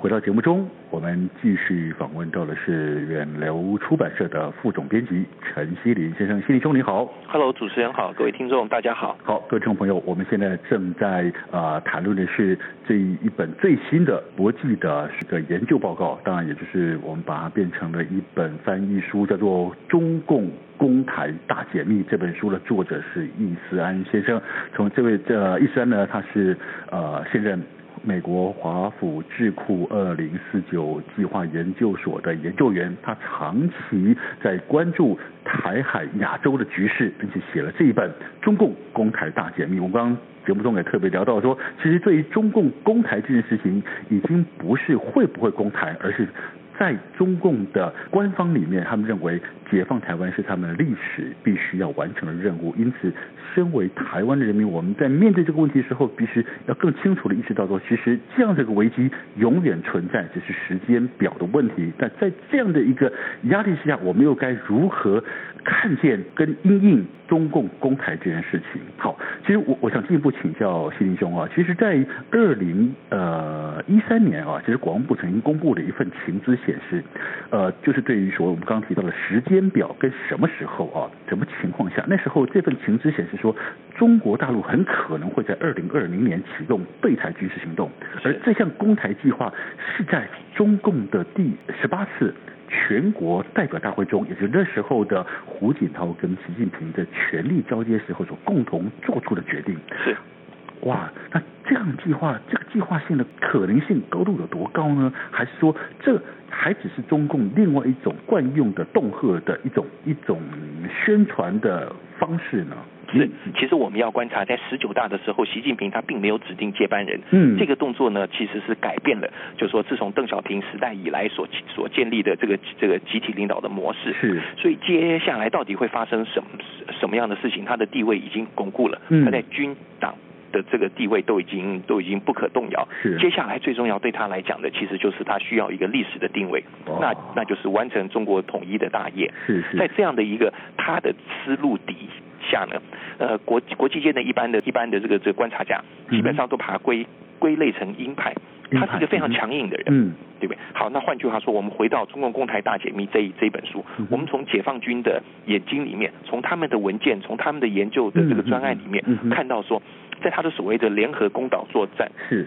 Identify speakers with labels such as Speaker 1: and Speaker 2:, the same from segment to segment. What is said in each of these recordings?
Speaker 1: 回到节目中，我们继续访问到的是远流出版社的副总编辑陈锡林先生，锡林兄你好。
Speaker 2: Hello，主持人好，各位听众大家好。
Speaker 1: 好，各位听众朋友，我们现在正在呃谈论的是这一本最新的国际的这个研究报告，当然也就是我们把它变成了一本翻译书，叫做《中共公台大解密》这本书的作者是易思安先生。从这位呃易思安呢，他是呃现任。美国华府智库二零四九计划研究所的研究员，他长期在关注台海亚洲的局势，并且写了这一本《中共公台大解密》。我们刚刚节目中也特别聊到说，其实对于中共公台这件事情，已经不是会不会公台，而是。在中共的官方里面，他们认为解放台湾是他们历史必须要完成的任务。因此，身为台湾的人民，我们在面对这个问题的时候，必须要更清楚的意识到说，其实这样的一个危机永远存在，只是时间表的问题。但在这样的一个压力之下，我们又该如何看见跟因应中共公台这件事情？好，其实我我想进一步请教西林兄啊，其实，在二零呃一三年啊，其实国防部曾经公布了一份情资。显示，呃，就是对于说我们刚刚提到的时间表跟什么时候啊，什么情况下，那时候这份情资显示说，中国大陆很可能会在二零二零年启动对台军事行动，而这项攻台计划是在中共的第十八次。全国代表大会中，也就是那时候的胡锦涛跟习近平的权力交接时候所共同做出的决定。
Speaker 2: 是，
Speaker 1: 哇，那这样计划，这个计划性的可能性高度有多高呢？还是说这？还只是中共另外一种惯用的恫吓的一种一种宣传的方式呢？
Speaker 2: 是，其实我们要观察，在十九大的时候，习近平他并没有指定接班人。
Speaker 1: 嗯
Speaker 2: 这个动作呢，其实是改变了，就是说自从邓小平时代以来所所建立的这个这个集体领导的模式。
Speaker 1: 是
Speaker 2: 所以接下来到底会发生什么什么样的事情？他的地位已经巩固了，
Speaker 1: 嗯
Speaker 2: 他在军党。的这个地位都已经都已经不可动摇。
Speaker 1: 是
Speaker 2: 接下来最重要对他来讲的，其实就是他需要一个历史的定位，
Speaker 1: 哦
Speaker 2: 那那就是完成中国统一的大业。
Speaker 1: 是是
Speaker 2: 在这样的一个他的思路底下呢，呃，国国际间的一般的一般的这个这个观察家，
Speaker 1: 嗯
Speaker 2: 基本上都把它归归类成鹰派，
Speaker 1: 鹰
Speaker 2: 他
Speaker 1: 派
Speaker 2: 是一个非常强硬的人，
Speaker 1: 嗯
Speaker 2: 对不对？好，那换句话说，我们回到《中共共台大解密》这一这一本书，
Speaker 1: 嗯哼
Speaker 2: 我们从解放军的眼睛里面，从他们的文件，从他们的研究的这个专案里面，
Speaker 1: 嗯哼嗯哼
Speaker 2: 看到说，在他的所谓的联合攻岛作战，
Speaker 1: 是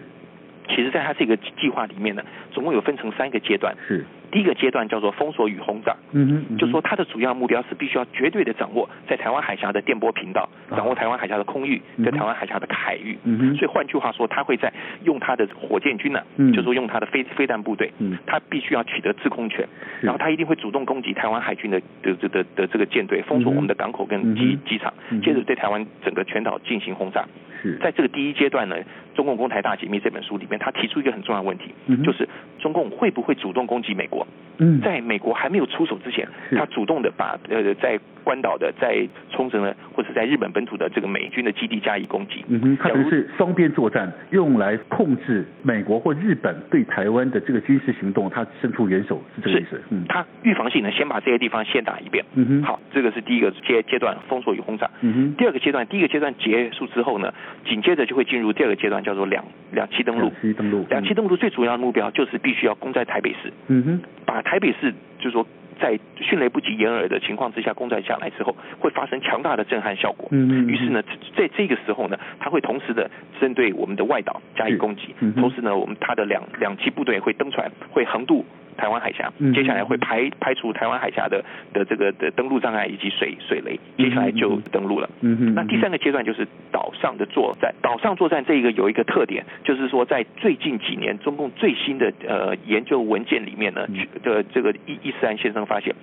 Speaker 2: 其实在他这个计划里面呢，总共有分成三个阶段。
Speaker 1: 是，
Speaker 2: 第一个阶段叫做封锁与轰炸，
Speaker 1: 嗯哼，嗯哼
Speaker 2: 就说它的主要目标是必须要绝对的掌握在台湾海峡的电波频道，
Speaker 1: 啊
Speaker 2: 掌握台湾海峡的空域
Speaker 1: 嗯哼
Speaker 2: 跟台湾海峡的海域。
Speaker 1: 嗯哼
Speaker 2: 所以换句话说，他会在用他的火箭军呢、
Speaker 1: 嗯
Speaker 2: 就说用他的飞飞弹部队
Speaker 1: 嗯，
Speaker 2: 他必须要取得制空权，
Speaker 1: 是
Speaker 2: 然后他一定会主动攻击台湾海军的的的的的这个舰队，封锁
Speaker 1: 嗯哼
Speaker 2: 我们的港口
Speaker 1: 嗯
Speaker 2: 跟
Speaker 1: 哼
Speaker 2: 机机场
Speaker 1: 嗯哼，
Speaker 2: 接着对台湾整个全岛进行轰炸。
Speaker 1: 是
Speaker 2: 在这个第一阶段呢，《中共攻台大解密》这本书里面，他提出一个很重要的问题
Speaker 1: 嗯哼，
Speaker 2: 就是中共会不会主动攻击美国？
Speaker 1: 嗯
Speaker 2: 在美国还没有出手之前，
Speaker 1: 是
Speaker 2: 他主动的把呃在关岛的、在冲绳的或者在日本本土的这个美军的基地加以攻击。
Speaker 1: 嗯哼，它
Speaker 2: 假
Speaker 1: 等
Speaker 2: 如
Speaker 1: 于是双边作战，用来控制美国或日本对台湾的这个军事行动，它伸出援手是这个意思
Speaker 2: 是，
Speaker 1: 嗯，
Speaker 2: 他预防性的先把这些地方先打一遍。
Speaker 1: 嗯哼
Speaker 2: 好，这个是第一个阶阶段封锁与轰炸。
Speaker 1: 嗯哼
Speaker 2: 第二个阶段，第一个阶段结束之后呢，紧接着就会进入第二个阶段，叫做两两栖登陆
Speaker 1: 两。栖登陆，
Speaker 2: 两栖登陆最主要的目标就是必须要攻在台北市。
Speaker 1: 嗯哼，
Speaker 2: 把台北市就是说在迅雷不及掩耳的情况之下攻占下来之后，会发生强大的震撼效果。
Speaker 1: 嗯嗯嗯
Speaker 2: 于是呢，在这个时候呢，它会同时的针对我们的外岛加以攻击
Speaker 1: 嗯，嗯
Speaker 2: 同时呢，我们它的两两栖部队会登船，会横渡台湾海峡
Speaker 1: 嗯，
Speaker 2: 接下来会排排除台湾海峡的的这个的登陆障碍以及水水雷，接下来就登陆了。
Speaker 1: 嗯哼，
Speaker 2: 那第三个阶段就是岛上的作战。岛上作战这一个有一个特点，就是说在最近几年中共最新的呃研究文件里面呢
Speaker 1: 嗯，
Speaker 2: 的这个伊伊斯兰先生发现，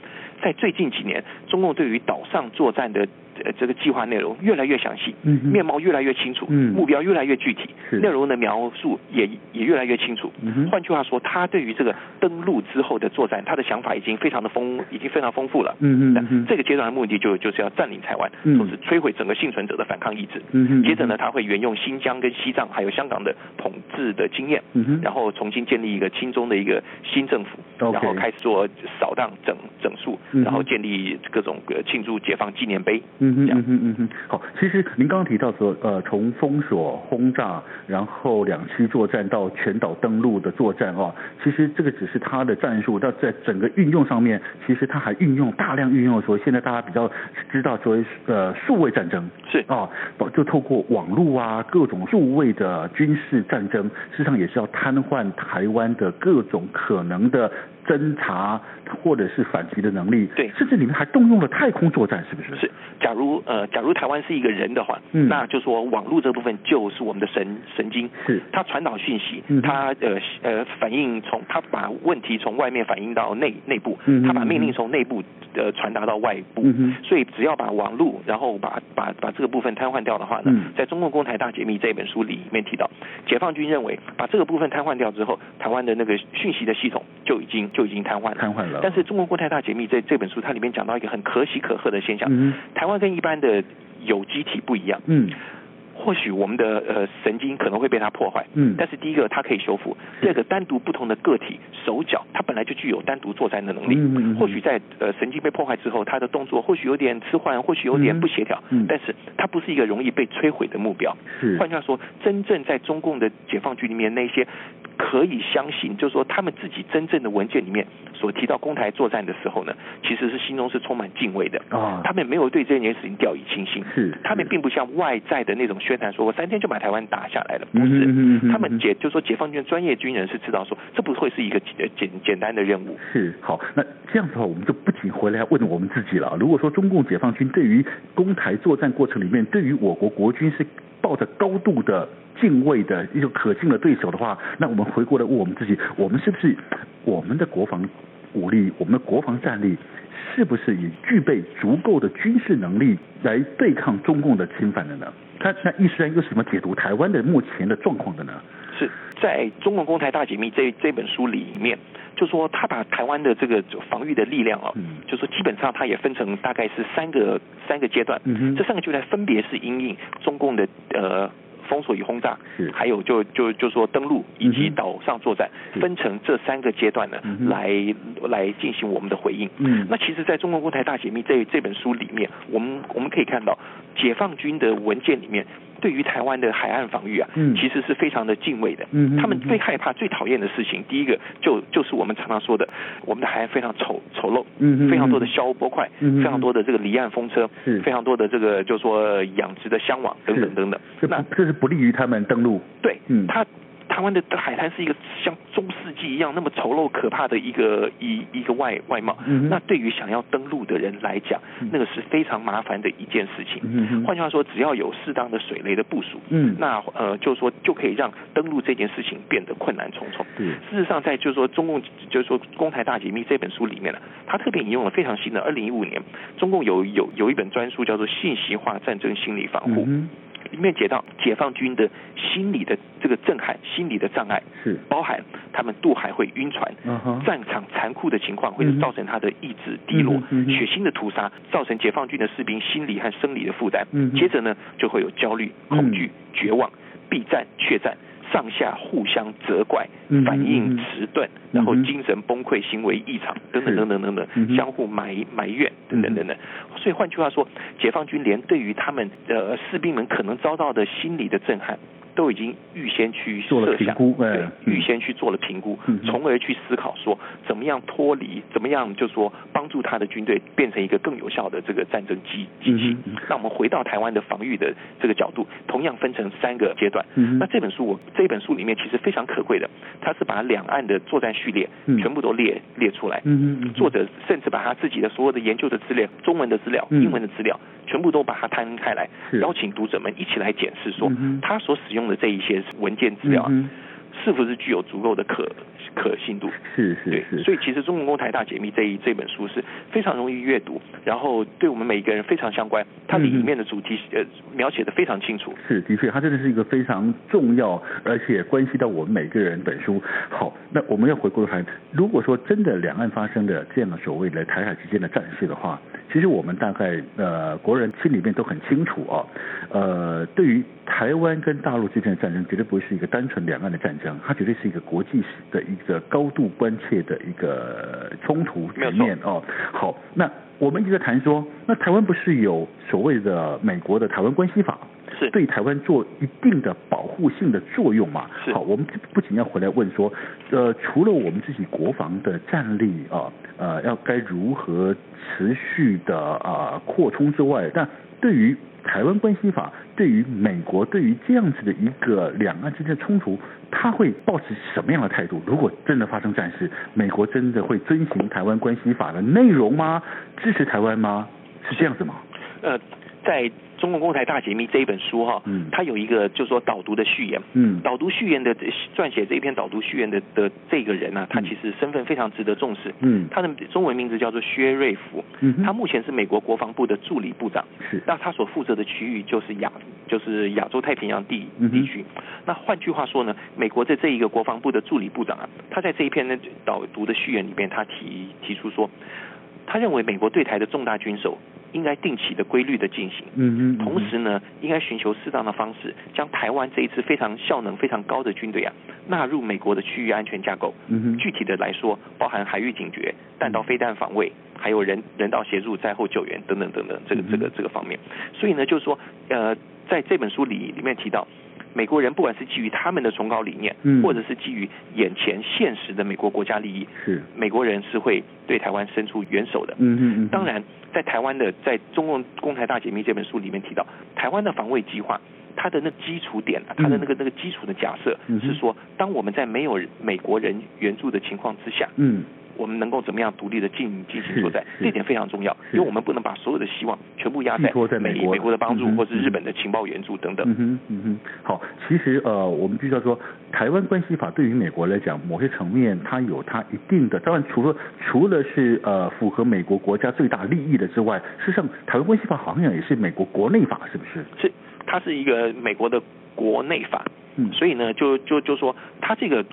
Speaker 2: 在最近几年中共对于岛上作战的呃这个计划内容越来越详细，
Speaker 1: 嗯哼
Speaker 2: 面貌越来越清楚，
Speaker 1: 嗯
Speaker 2: 目标越来越具体，
Speaker 1: 是
Speaker 2: 内容的描述也也越来越清楚。
Speaker 1: 嗯哼
Speaker 2: 换句话说，他对于这个登陆之后的作战，他的想法已经非常的丰，已经非常丰富了。
Speaker 1: 嗯
Speaker 2: 那
Speaker 1: 哼嗯哼
Speaker 2: 这个阶段的目的就就是要占领台湾，
Speaker 1: 嗯
Speaker 2: 同时摧毁整个幸存者的反抗意志。
Speaker 1: 嗯哼
Speaker 2: 接着呢，他会沿用新疆跟西藏还有香港的统治的经验，
Speaker 1: 嗯哼
Speaker 2: 然后重新建立一个亲中的一个新政府，
Speaker 1: OK
Speaker 2: 然后开始做扫荡整整肃
Speaker 1: 嗯哼，
Speaker 2: 然后建立各种呃庆祝解放纪念碑。
Speaker 1: 嗯哼
Speaker 2: 这样
Speaker 1: 嗯哼嗯哼，好，其实您刚刚提到说，呃，从封锁、轰炸，然后两栖作战到全岛登陆的作战啊，其实这个只是它的战术，但在整个运用上面，其实它还运用大量运用说，现在大家比较知道所谓呃数位战争，
Speaker 2: 是
Speaker 1: 啊，就透过网络啊各种数位的军事战争，事实上也是要瘫痪台湾的各种可能的侦察或者是反击的能力，
Speaker 2: 对
Speaker 1: 甚至里面还动用了太空作战，是不是？
Speaker 2: 是，假如呃，假如台湾是一个人的话，
Speaker 1: 嗯
Speaker 2: 那就说网络这部分就是我们的神神经，
Speaker 1: 是
Speaker 2: 它传导讯息
Speaker 1: 嗯，
Speaker 2: 它呃呃反映从它把问题从外面反映到内内部
Speaker 1: 嗯，
Speaker 2: 它把命
Speaker 1: 嗯
Speaker 2: 令从内部呃传达到外部
Speaker 1: 嗯哼，
Speaker 2: 所以只要把网络，然后把把把这个部分瘫痪掉的话呢
Speaker 1: 嗯，
Speaker 2: 在《中共公台大解密》这本书里面提到，解放军认为把这个部分瘫痪掉之后，台湾的那个讯息的系统就已经就已经瘫痪了。
Speaker 1: 瘫痪了。
Speaker 2: 但是《中国国台大解密这》这本书，它里面讲到一个很可喜可贺的现象，
Speaker 1: 嗯
Speaker 2: 台湾跟一般的有机体不一样，
Speaker 1: 嗯
Speaker 2: 或许我们的呃神经可能会被它破坏，
Speaker 1: 嗯
Speaker 2: 但是第一个它可以修复，第二个单独不同的个体手脚，它本来就具有单独作战的能力，
Speaker 1: 嗯嗯嗯
Speaker 2: 或许在呃神经被破坏之后，它的动作或许有点迟缓，或许有点不协调，
Speaker 1: 嗯嗯
Speaker 2: 但是它不是一个容易被摧毁的目标。
Speaker 1: 是
Speaker 2: 换句话说，真正在中共的解放军里面，那些可以相信，就是说他们自己真正的文件里面所提到攻台作战的时候呢，其实是心中是充满敬畏的。
Speaker 1: 啊，
Speaker 2: 他们没有对这件事情掉以轻心，
Speaker 1: 是是
Speaker 2: 他们并不像外在的那种宣传说，我三天就把台湾打下来了，不
Speaker 1: 嗯哼
Speaker 2: 是。
Speaker 1: 嗯哼嗯哼
Speaker 2: 他们解就说解放军专业军人是知道说，这不会是一个简呃简简单的任务。
Speaker 1: 是好，那这样子的话，我们就不仅回来问我们自己了。如果说中共解放军对于攻台作战过程里面，对于我国国军是抱着高度的敬畏的一种可敬的对手的话，那我们回过来问我们自己，我们是不是我们的国防武力，我们的国防战力？是不是也具备足够的军事能力来对抗中共的侵犯的呢？他那伊斯兰又是怎么解读台湾的目前的状况的呢？
Speaker 2: 是在《中共公台大解密这》这本书里面，就说他把台湾的这个防御的力量哦，
Speaker 1: 嗯
Speaker 2: 就说基本上它也分成大概是三个三个阶段，
Speaker 1: 嗯哼
Speaker 2: 这三个阶段分别是因应中共的呃。封锁与轰炸
Speaker 1: 是，
Speaker 2: 还有就就就说登陆以及
Speaker 1: 嗯哼
Speaker 2: 岛上作战，
Speaker 1: 是
Speaker 2: 分成这三个阶段呢，
Speaker 1: 嗯哼
Speaker 2: 来来进行我们的回应。
Speaker 1: 嗯
Speaker 2: 那其实，在《中共公台大解密这》这本书里面，我们我们可以看到，解放军的文件里面对于台湾的海岸防御啊，
Speaker 1: 嗯
Speaker 2: 其实是非常的敬畏的。
Speaker 1: 嗯哼
Speaker 2: 他们
Speaker 1: 嗯哼
Speaker 2: 最害怕、最讨厌的事情，第一个就就是我们常常说的，我们的海岸非常丑丑陋，
Speaker 1: 嗯哼
Speaker 2: 非常多的
Speaker 1: 嗯哼
Speaker 2: 消波块，
Speaker 1: 嗯哼
Speaker 2: 非常多的这个离岸风车，
Speaker 1: 是
Speaker 2: 非常多的这个就说养殖的箱网等等等等。
Speaker 1: 这
Speaker 2: 那
Speaker 1: 不这是不利于他们登陆。
Speaker 2: 对，
Speaker 1: 嗯
Speaker 2: 它台湾的海滩是一个像中世纪一样那么丑陋可怕的一个一一个外外貌。
Speaker 1: 嗯哼
Speaker 2: 那对于想要登陆的人来讲
Speaker 1: 嗯，
Speaker 2: 那个是非常麻烦的一件事情。
Speaker 1: 嗯哼
Speaker 2: 换句话说，只要有适当的水雷的部署，
Speaker 1: 嗯
Speaker 2: 那呃，就是说就可以让登陆这件事情变得困难重重。
Speaker 1: 是
Speaker 2: 事实上，在就是说中共就是说《公台大解密》这本书里面呢，它特别引用了非常新的，二零一五年中共有有有一本专书叫做《信息化战争心理防护》，
Speaker 1: 嗯
Speaker 2: 里面解到解放军的心理的这个震撼、心理的障碍，
Speaker 1: 是
Speaker 2: 包含他们渡海会晕船，
Speaker 1: 嗯哼
Speaker 2: 战场残酷的情况会
Speaker 1: 嗯哼
Speaker 2: 造成他的意志低落，
Speaker 1: 嗯哼嗯哼
Speaker 2: 血腥的屠杀造成解放军的士兵心理和生理的负担，
Speaker 1: 嗯哼
Speaker 2: 接着呢就会有焦虑、
Speaker 1: 嗯
Speaker 2: 恐惧、绝望、避战、怯战。上下互相责怪
Speaker 1: 嗯哼，
Speaker 2: 反
Speaker 1: 嗯
Speaker 2: 应
Speaker 1: 哼
Speaker 2: 迟钝，然后
Speaker 1: 嗯哼
Speaker 2: 精神崩溃、行为异常等等
Speaker 1: 是
Speaker 2: 等等等等，
Speaker 1: 嗯哼嗯
Speaker 2: 相互埋埋怨等等等等。所以换句话说，解放军连对于他们呃士兵们可能遭到的心理的震撼。都已经预先去
Speaker 1: 做了
Speaker 2: 设
Speaker 1: 评
Speaker 2: 想
Speaker 1: 估哎
Speaker 2: 对
Speaker 1: 嗯，
Speaker 2: 预先去做了评估
Speaker 1: 嗯，哼
Speaker 2: 从而去思考说怎么样脱离，怎么样就说帮助他的军队变成一个更有效的这个战争机机器
Speaker 1: 嗯哼嗯。
Speaker 2: 那我们回到台湾的防御的这个角度，同样分成三个阶段。
Speaker 1: 嗯
Speaker 2: 那
Speaker 1: 哼
Speaker 2: 这本书我这本书里面其实非常可贵的，它是把两岸的作战序列
Speaker 1: 嗯
Speaker 2: 全部都列列出来。
Speaker 1: 嗯哼嗯哼
Speaker 2: 作者甚至把他自己的所有的研究的资料、中文的资料、
Speaker 1: 嗯
Speaker 2: 英文的资料，全部都把它摊开来，
Speaker 1: 是
Speaker 2: 邀请读者们一起来检视说
Speaker 1: 嗯哼，
Speaker 2: 他所使用的这一些文件资料啊
Speaker 1: 嗯
Speaker 2: 是不是具有足够的可可信度。
Speaker 1: 哼是
Speaker 2: 对
Speaker 1: 是，是，
Speaker 2: 所以其实《中国公台大解密》这一这本书是非常容易阅读，然后对我们每一个人非常相关。它里
Speaker 1: 嗯哼
Speaker 2: 面的主题呃描写的非常清楚。
Speaker 1: 是，的确，它真的是一个非常重要，而且关系到我们每个人本书。好，那我们要回过头来，如果说真的两岸发生的这样的所谓的台海之间的战事的话，其实我们大概呃国人心里面都很清楚啊，呃，对于台湾跟大陆之间的战争，绝对不会是一个单纯两岸的战争，它绝对是一个国际的一个高度关切的一个冲突
Speaker 2: 没有
Speaker 1: 局
Speaker 2: 错
Speaker 1: 面哦。好，那我们一直在谈说，那台湾不是有所谓的美国的台湾关系法？
Speaker 2: 是
Speaker 1: 对台湾做一定的保护性的作用嘛
Speaker 2: 是？
Speaker 1: 好，我们不仅要回来问说，呃，除了我们自己国防的战力啊，呃，要该如何持续的啊、呃扩充之外，那对于台湾关系法，对于美国，对于这样子的一个两岸之间的冲突，他会抱持什么样的态度？如果真的发生战事，美国真的会遵循台湾关系法的内容吗？支持台湾吗？是这样子吗？
Speaker 2: 呃，在《中国公台大解密》这一本书哈、
Speaker 1: 嗯
Speaker 2: 它有一个就是说导读的序言。
Speaker 1: 嗯，
Speaker 2: 导读序言的撰写这一篇导读序言的的这个人呢、啊他
Speaker 1: 嗯
Speaker 2: 其实身份非常值得重视。
Speaker 1: 嗯
Speaker 2: 他的中文名字叫做薛瑞福，
Speaker 1: 嗯哼
Speaker 2: 他目前是美国国防部的助理部长。
Speaker 1: 是
Speaker 2: 那他所负责的区域就是亚，就是亚洲太平洋地
Speaker 1: 嗯哼
Speaker 2: 地区。那换句话说呢，美国的这一个国防部的助理部长啊，他在这一篇呢导读的序言里面，他提提出说，他认为美国对台的重大军售应该定期的规律的进行。
Speaker 1: 嗯哼，
Speaker 2: 同时呢，应该寻求适当的方式，将台湾这一支非常效能非常高的军队啊，纳入美国的区域安全架构。
Speaker 1: 嗯哼，
Speaker 2: 具体的来说，包含海域警觉、弹道飞弹防卫，还有人人道协助、灾后救援等等等等，这个
Speaker 1: 嗯哼
Speaker 2: 这个这个方面。所以呢，就是说，呃，在这本书里里面提到，美国人不管是基于他们的崇高理念，
Speaker 1: 嗯
Speaker 2: 或者是基于眼前现实的美国国家利益，
Speaker 1: 是，
Speaker 2: 美国人是会对台湾伸出援手的。
Speaker 1: 嗯哼嗯，
Speaker 2: 当，然，在台湾的在《中共公台大解密》这本书里面提到，台湾的防卫计划，它的那个基础点啊，它的那个那个基础的假设
Speaker 1: 嗯哼
Speaker 2: 是说，当我们在没有美国人援助的情况之下，
Speaker 1: 嗯，
Speaker 2: 我们能够怎么样独立的进进行
Speaker 1: 是
Speaker 2: 作战，
Speaker 1: 是
Speaker 2: 这点非常重要，
Speaker 1: 是
Speaker 2: 因为我们不能把所有的希望全部压
Speaker 1: 寄托在
Speaker 2: 美
Speaker 1: 美国
Speaker 2: 美国的帮助
Speaker 1: 嗯哼
Speaker 2: 或是
Speaker 1: 嗯哼
Speaker 2: 日本的情报援助等等。
Speaker 1: 嗯哼，嗯哼，好，其实呃，我们必须要说，台湾关系法对于美国来讲，某些层面它有它一定的，当然除了除了是呃符合美国国家最大利益的之外，事实上台湾关系法好像也是美国国内法，是不是？
Speaker 2: 是它是一个美国的国内法，
Speaker 1: 嗯
Speaker 2: 所以呢，就就就说它这个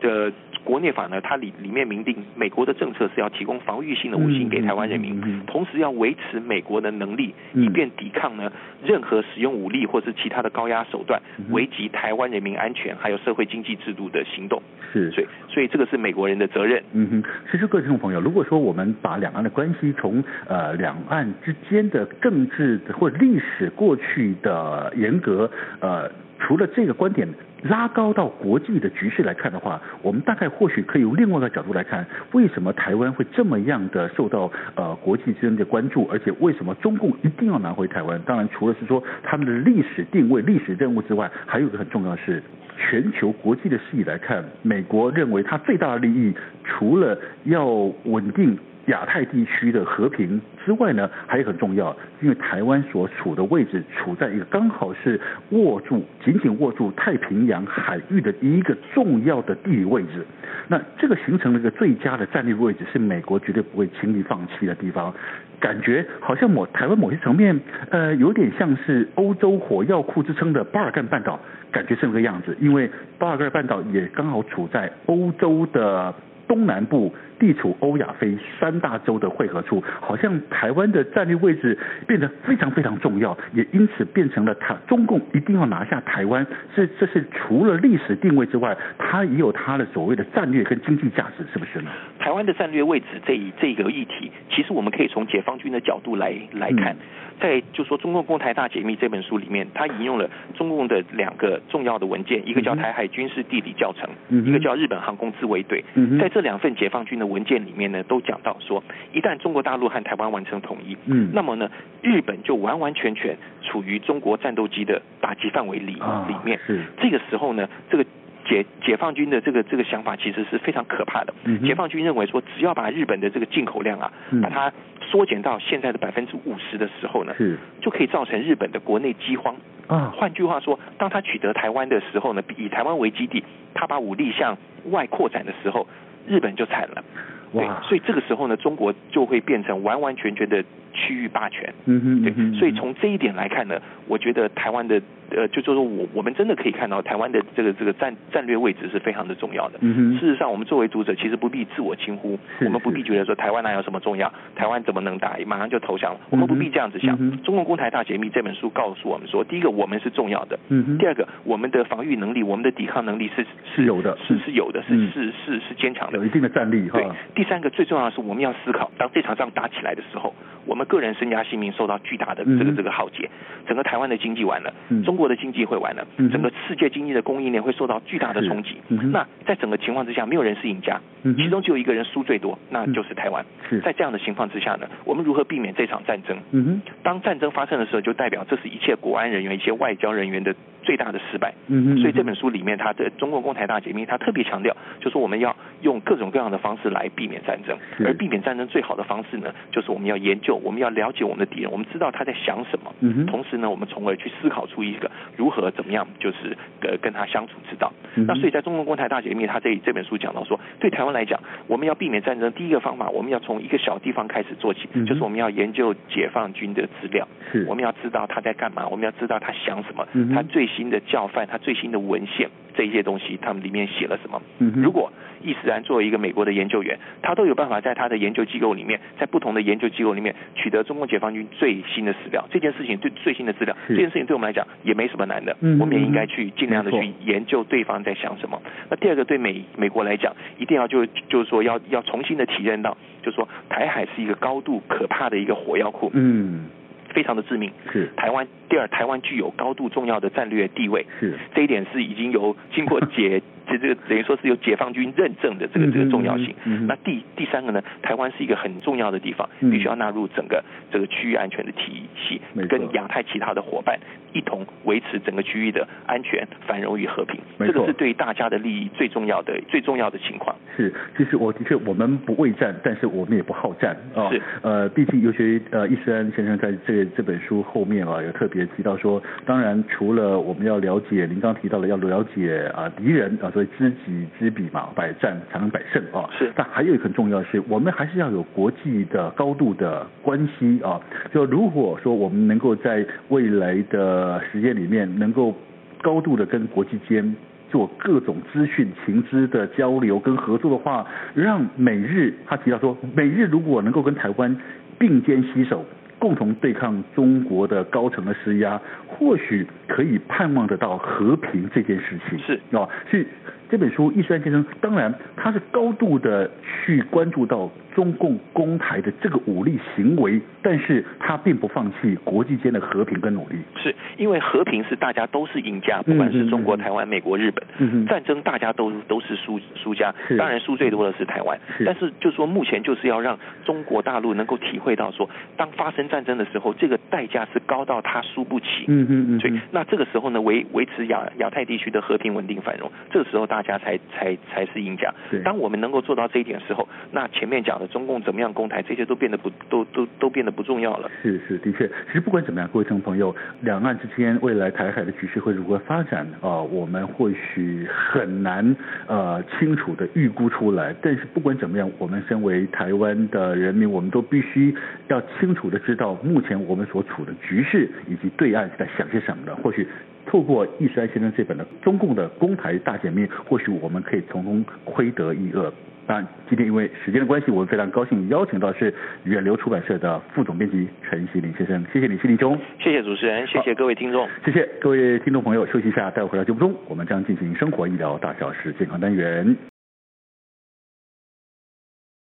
Speaker 2: 的国内法呢，它里里面明定美国的政策是要提供防御性的武器给台湾人民，
Speaker 1: 嗯嗯嗯嗯
Speaker 2: 同时要维持美国的能力，
Speaker 1: 嗯
Speaker 2: 以便抵抗呢任何使用武力或是其他的高压手段
Speaker 1: 嗯哼
Speaker 2: 危及台湾人民安全还有社会经济制度的行动。
Speaker 1: 是，
Speaker 2: 所以，所以这个是美国人的责任。
Speaker 1: 嗯哼，其实各位听众朋友，如果说我们把两岸的关系从呃两岸之间的政治或历史过去的严格呃，除了这个观点拉高到国际的局势来看的话，我们大概或许可以用另外一个角度来看，为什么台湾会这么样的受到呃国际之间的关注，而且为什么中共一定要拿回台湾？当然，除了是说他们的历史定位、历史任务之外，还有一个很重要的是。全球国际的视野来看，美国认为它最大的利益，除了要稳定亚太地区的和平之外呢，还有很重要，因为台湾所处的位置处在一个刚好是握住紧紧握住太平洋海域的一个重要的地理位置。那这个形成了一个最佳的战略位置，是美国绝对不会轻易放弃的地方。感觉好像某台湾某些层面，呃，有点像是欧洲火药库之称的巴尔干半岛，感觉是这个样子。因为巴尔干半岛也刚好处在欧洲的东南部地处欧亚非三大洲的汇合处，好像台湾的战略位置变得非常非常重要，也因此变成了台中共一定要拿下台湾，这这是除了历史定位之外，它也有它的所谓的战略跟经济价值，是不是呢？
Speaker 2: 台湾的战略位置这一这个议题，其实我们可以从解放军的角度来来看，
Speaker 1: 嗯
Speaker 2: 在就说《中共共台大解密》这本书里面，他引用了中共的两个重要的文件，一个叫
Speaker 1: 嗯哼
Speaker 2: 台海军事地理教程，
Speaker 1: 嗯哼
Speaker 2: 一个叫日本航空自卫队。
Speaker 1: 嗯哼
Speaker 2: 在这两份解放军的文件里面呢，都讲到说，一旦中国大陆和台湾完成统一，
Speaker 1: 嗯
Speaker 2: 那么呢，日本就完完全全处于中国战斗机的打击范围里
Speaker 1: 啊
Speaker 2: 里面。
Speaker 1: 是
Speaker 2: 这个时候呢，这个解解放军的这个这个想法其实是非常可怕的。
Speaker 1: 嗯哼
Speaker 2: 解放军认为说，只要把日本的这个进口量啊，
Speaker 1: 嗯
Speaker 2: 把它缩减到现在的百分之五十的时候呢，
Speaker 1: 是
Speaker 2: 就可以造成日本的国内饥荒。
Speaker 1: 啊，
Speaker 2: 换句话说，当他取得台湾的时候呢，以台湾为基地，他把武力向外扩展的时候，日本就惨了。对
Speaker 1: 哇，
Speaker 2: 所以这个时候呢，中国就会变成完完全全的区域霸权。
Speaker 1: 嗯哼，
Speaker 2: 对
Speaker 1: 嗯哼，
Speaker 2: 所以从这一点来看呢，我觉得台湾的呃，就就是说我我们真的可以看到台湾的这个这个战战略位置是非常的重要的。
Speaker 1: 嗯哼
Speaker 2: 事实上，我们作为读者其实不必自我轻忽，
Speaker 1: 是
Speaker 2: 我们不必
Speaker 1: 是
Speaker 2: 觉得说台湾哪有什么重要，台湾怎么能打，马上就投降了，我们不必这样子想。
Speaker 1: 嗯哼
Speaker 2: 中共公台大解密》这本书告诉我们说，第一个我们是重要的，
Speaker 1: 嗯哼
Speaker 2: 第二个我们的防御能力、我们的抵抗能力是
Speaker 1: 是有的
Speaker 2: 是是有的，是
Speaker 1: 嗯
Speaker 2: 是是是坚强的
Speaker 1: 有。一定的战力哈
Speaker 2: 对，，第三个最重要的是，我们要思考，当这场仗打起来的时候，我们个人身家性命受到巨大的
Speaker 1: 嗯哼
Speaker 2: 这个这个浩劫，整个台湾的经济完了
Speaker 1: 嗯，
Speaker 2: 中国的经济会完了
Speaker 1: 嗯，哼
Speaker 2: 整个世界经济的供应链会受到巨大的冲击
Speaker 1: 是嗯哼。
Speaker 2: 那在整个情况之下，没有人是赢家
Speaker 1: 嗯，哼
Speaker 2: 其中只有一个人输最多，那就是台湾
Speaker 1: 是。
Speaker 2: 在这样的情况之下呢，我们如何避免这场战争？
Speaker 1: 嗯哼，
Speaker 2: 当战争发生的时候，就代表这是一切国安人员、一切外交人员的最大的失败。
Speaker 1: 嗯哼，
Speaker 2: 所以这本书里面，它的《中共共台大解密》，它特别强调，就是我们要用各种各样的方式来避免战争，
Speaker 1: 是
Speaker 2: 而避免战争最好的方式呢，就是我们要研究，我们要了解我们的敌人，我们知道他在想什么，
Speaker 1: 嗯哼
Speaker 2: 同时呢，我们从而去思考出一个如何怎么样，就是呃跟他相处之道。
Speaker 1: 嗯哼
Speaker 2: 那所以在《中共共台大解密》，它这这本书讲到说，对台湾来讲，我们要避免战争，第一个方法，我们要从一个小地方开始做起，
Speaker 1: 嗯哼
Speaker 2: 就是我们要研究解放军的资料，
Speaker 1: 是
Speaker 2: 我们要知道他在干嘛，我们要知道他想什么，
Speaker 1: 嗯哼
Speaker 2: 他最新的教范，他最新的文献这一些东西，他们里面写了什么？
Speaker 1: 嗯哼
Speaker 2: 如果易思然作为一个美国的研究员，他都有办法在他的研究机构里面，在不同的研究机构里面取得中共解放军最新的史料，这件事情对最新的资料，
Speaker 1: 是
Speaker 2: 这件事情对我们来讲也没什么难的，
Speaker 1: 嗯哼
Speaker 2: 我们也应该去尽量的
Speaker 1: 没
Speaker 2: 去
Speaker 1: 错
Speaker 2: 研究对方在想什么。那第二个，对美美国来讲，一定要就就是说要要重新的体认到，就是说台海是一个高度可怕的一个火药库，
Speaker 1: 嗯
Speaker 2: 非常的致命。
Speaker 1: 是
Speaker 2: 台湾第二，台湾具有高度重要的战略地位，
Speaker 1: 是
Speaker 2: 这一点是已经由经过解 这这个等于说是由解放军认证的这个
Speaker 1: 嗯哼
Speaker 2: 这个重要性。
Speaker 1: 嗯哼
Speaker 2: 那第第三个呢，台湾是一个很重要的地方，
Speaker 1: 嗯
Speaker 2: 必须要纳入整个这个区域安全的体系
Speaker 1: 没，错
Speaker 2: 跟亚太其他的伙伴一同维持整个区域的安全、繁荣与和平。
Speaker 1: 没
Speaker 2: 这
Speaker 1: 错
Speaker 2: 个是对大家的利益最重要的最重要的情况。
Speaker 1: 是，其实我的确我们不畏战，但是我们也不好战啊。
Speaker 2: 是
Speaker 1: 呃，毕竟尤其呃，易思安先生在这这本书后面啊，有特别提到说，当然除了我们要了解您刚提到了要了解啊敌人啊，所以知己知彼嘛，百战才能百胜啊。
Speaker 2: 是
Speaker 1: 但还有一个很重要的是，我们还是要有国际的高度的关系啊。就如果说我们能够在未来的时间里面能够高度的跟国际间做各种资讯、情资的交流跟合作的话，让美日他提到说，美日如果能够跟台湾并肩携手，共同对抗中国的高层的施压，或许可以盼望得到和平这件事情。
Speaker 2: 是
Speaker 1: 哦，是这本书易山先生，当然他是高度的去关注到中共攻台的这个武力行为，但是他并不放弃国际间的和平跟努力。
Speaker 2: 是因为和平是大家都是赢家，
Speaker 1: 嗯
Speaker 2: 不管是中国、
Speaker 1: 嗯嗯
Speaker 2: 台湾、美国、日本，
Speaker 1: 嗯哼
Speaker 2: 战争大家都都是输输家
Speaker 1: 是，
Speaker 2: 当然输最多的是台湾。
Speaker 1: 是
Speaker 2: 但是就说目前就是要让中国大陆能够体会到说，当发生战争的时候，这个代价是高到他输不起。
Speaker 1: 嗯哼嗯
Speaker 2: 所以，那这个时候呢，维维持亚亚太地区的和平稳定繁荣，这个时候大家才才才是赢家
Speaker 1: 对。
Speaker 2: 当我们能够做到这一点的时候，那前面讲的中共怎么样攻台，这些都变得不都都都变得不重要了。
Speaker 1: 是是，的确，其实不管怎么样，各位听众朋友，两岸之间未来台海的局势会如何发展啊、呃我们或许很难呃清楚的预估出来。但是不管怎么样，我们身为台湾的人民，我们都必须要清楚的知道目前我们所处的局势以及对岸在想些什么了。或许透过易山先生这本的《中共的公台大解密》，或许我们可以从中窥得一二。当然，今天因为时间的关系，我非常高兴邀请到是远流出版社的副总编辑陈锡林先生，谢谢你，锡林兄，
Speaker 2: 谢谢主持人，谢谢各位听众。
Speaker 1: 谢谢各位听众朋友，休息一下，待会儿回到节目中，我们将进行生活医疗大小事健康单元。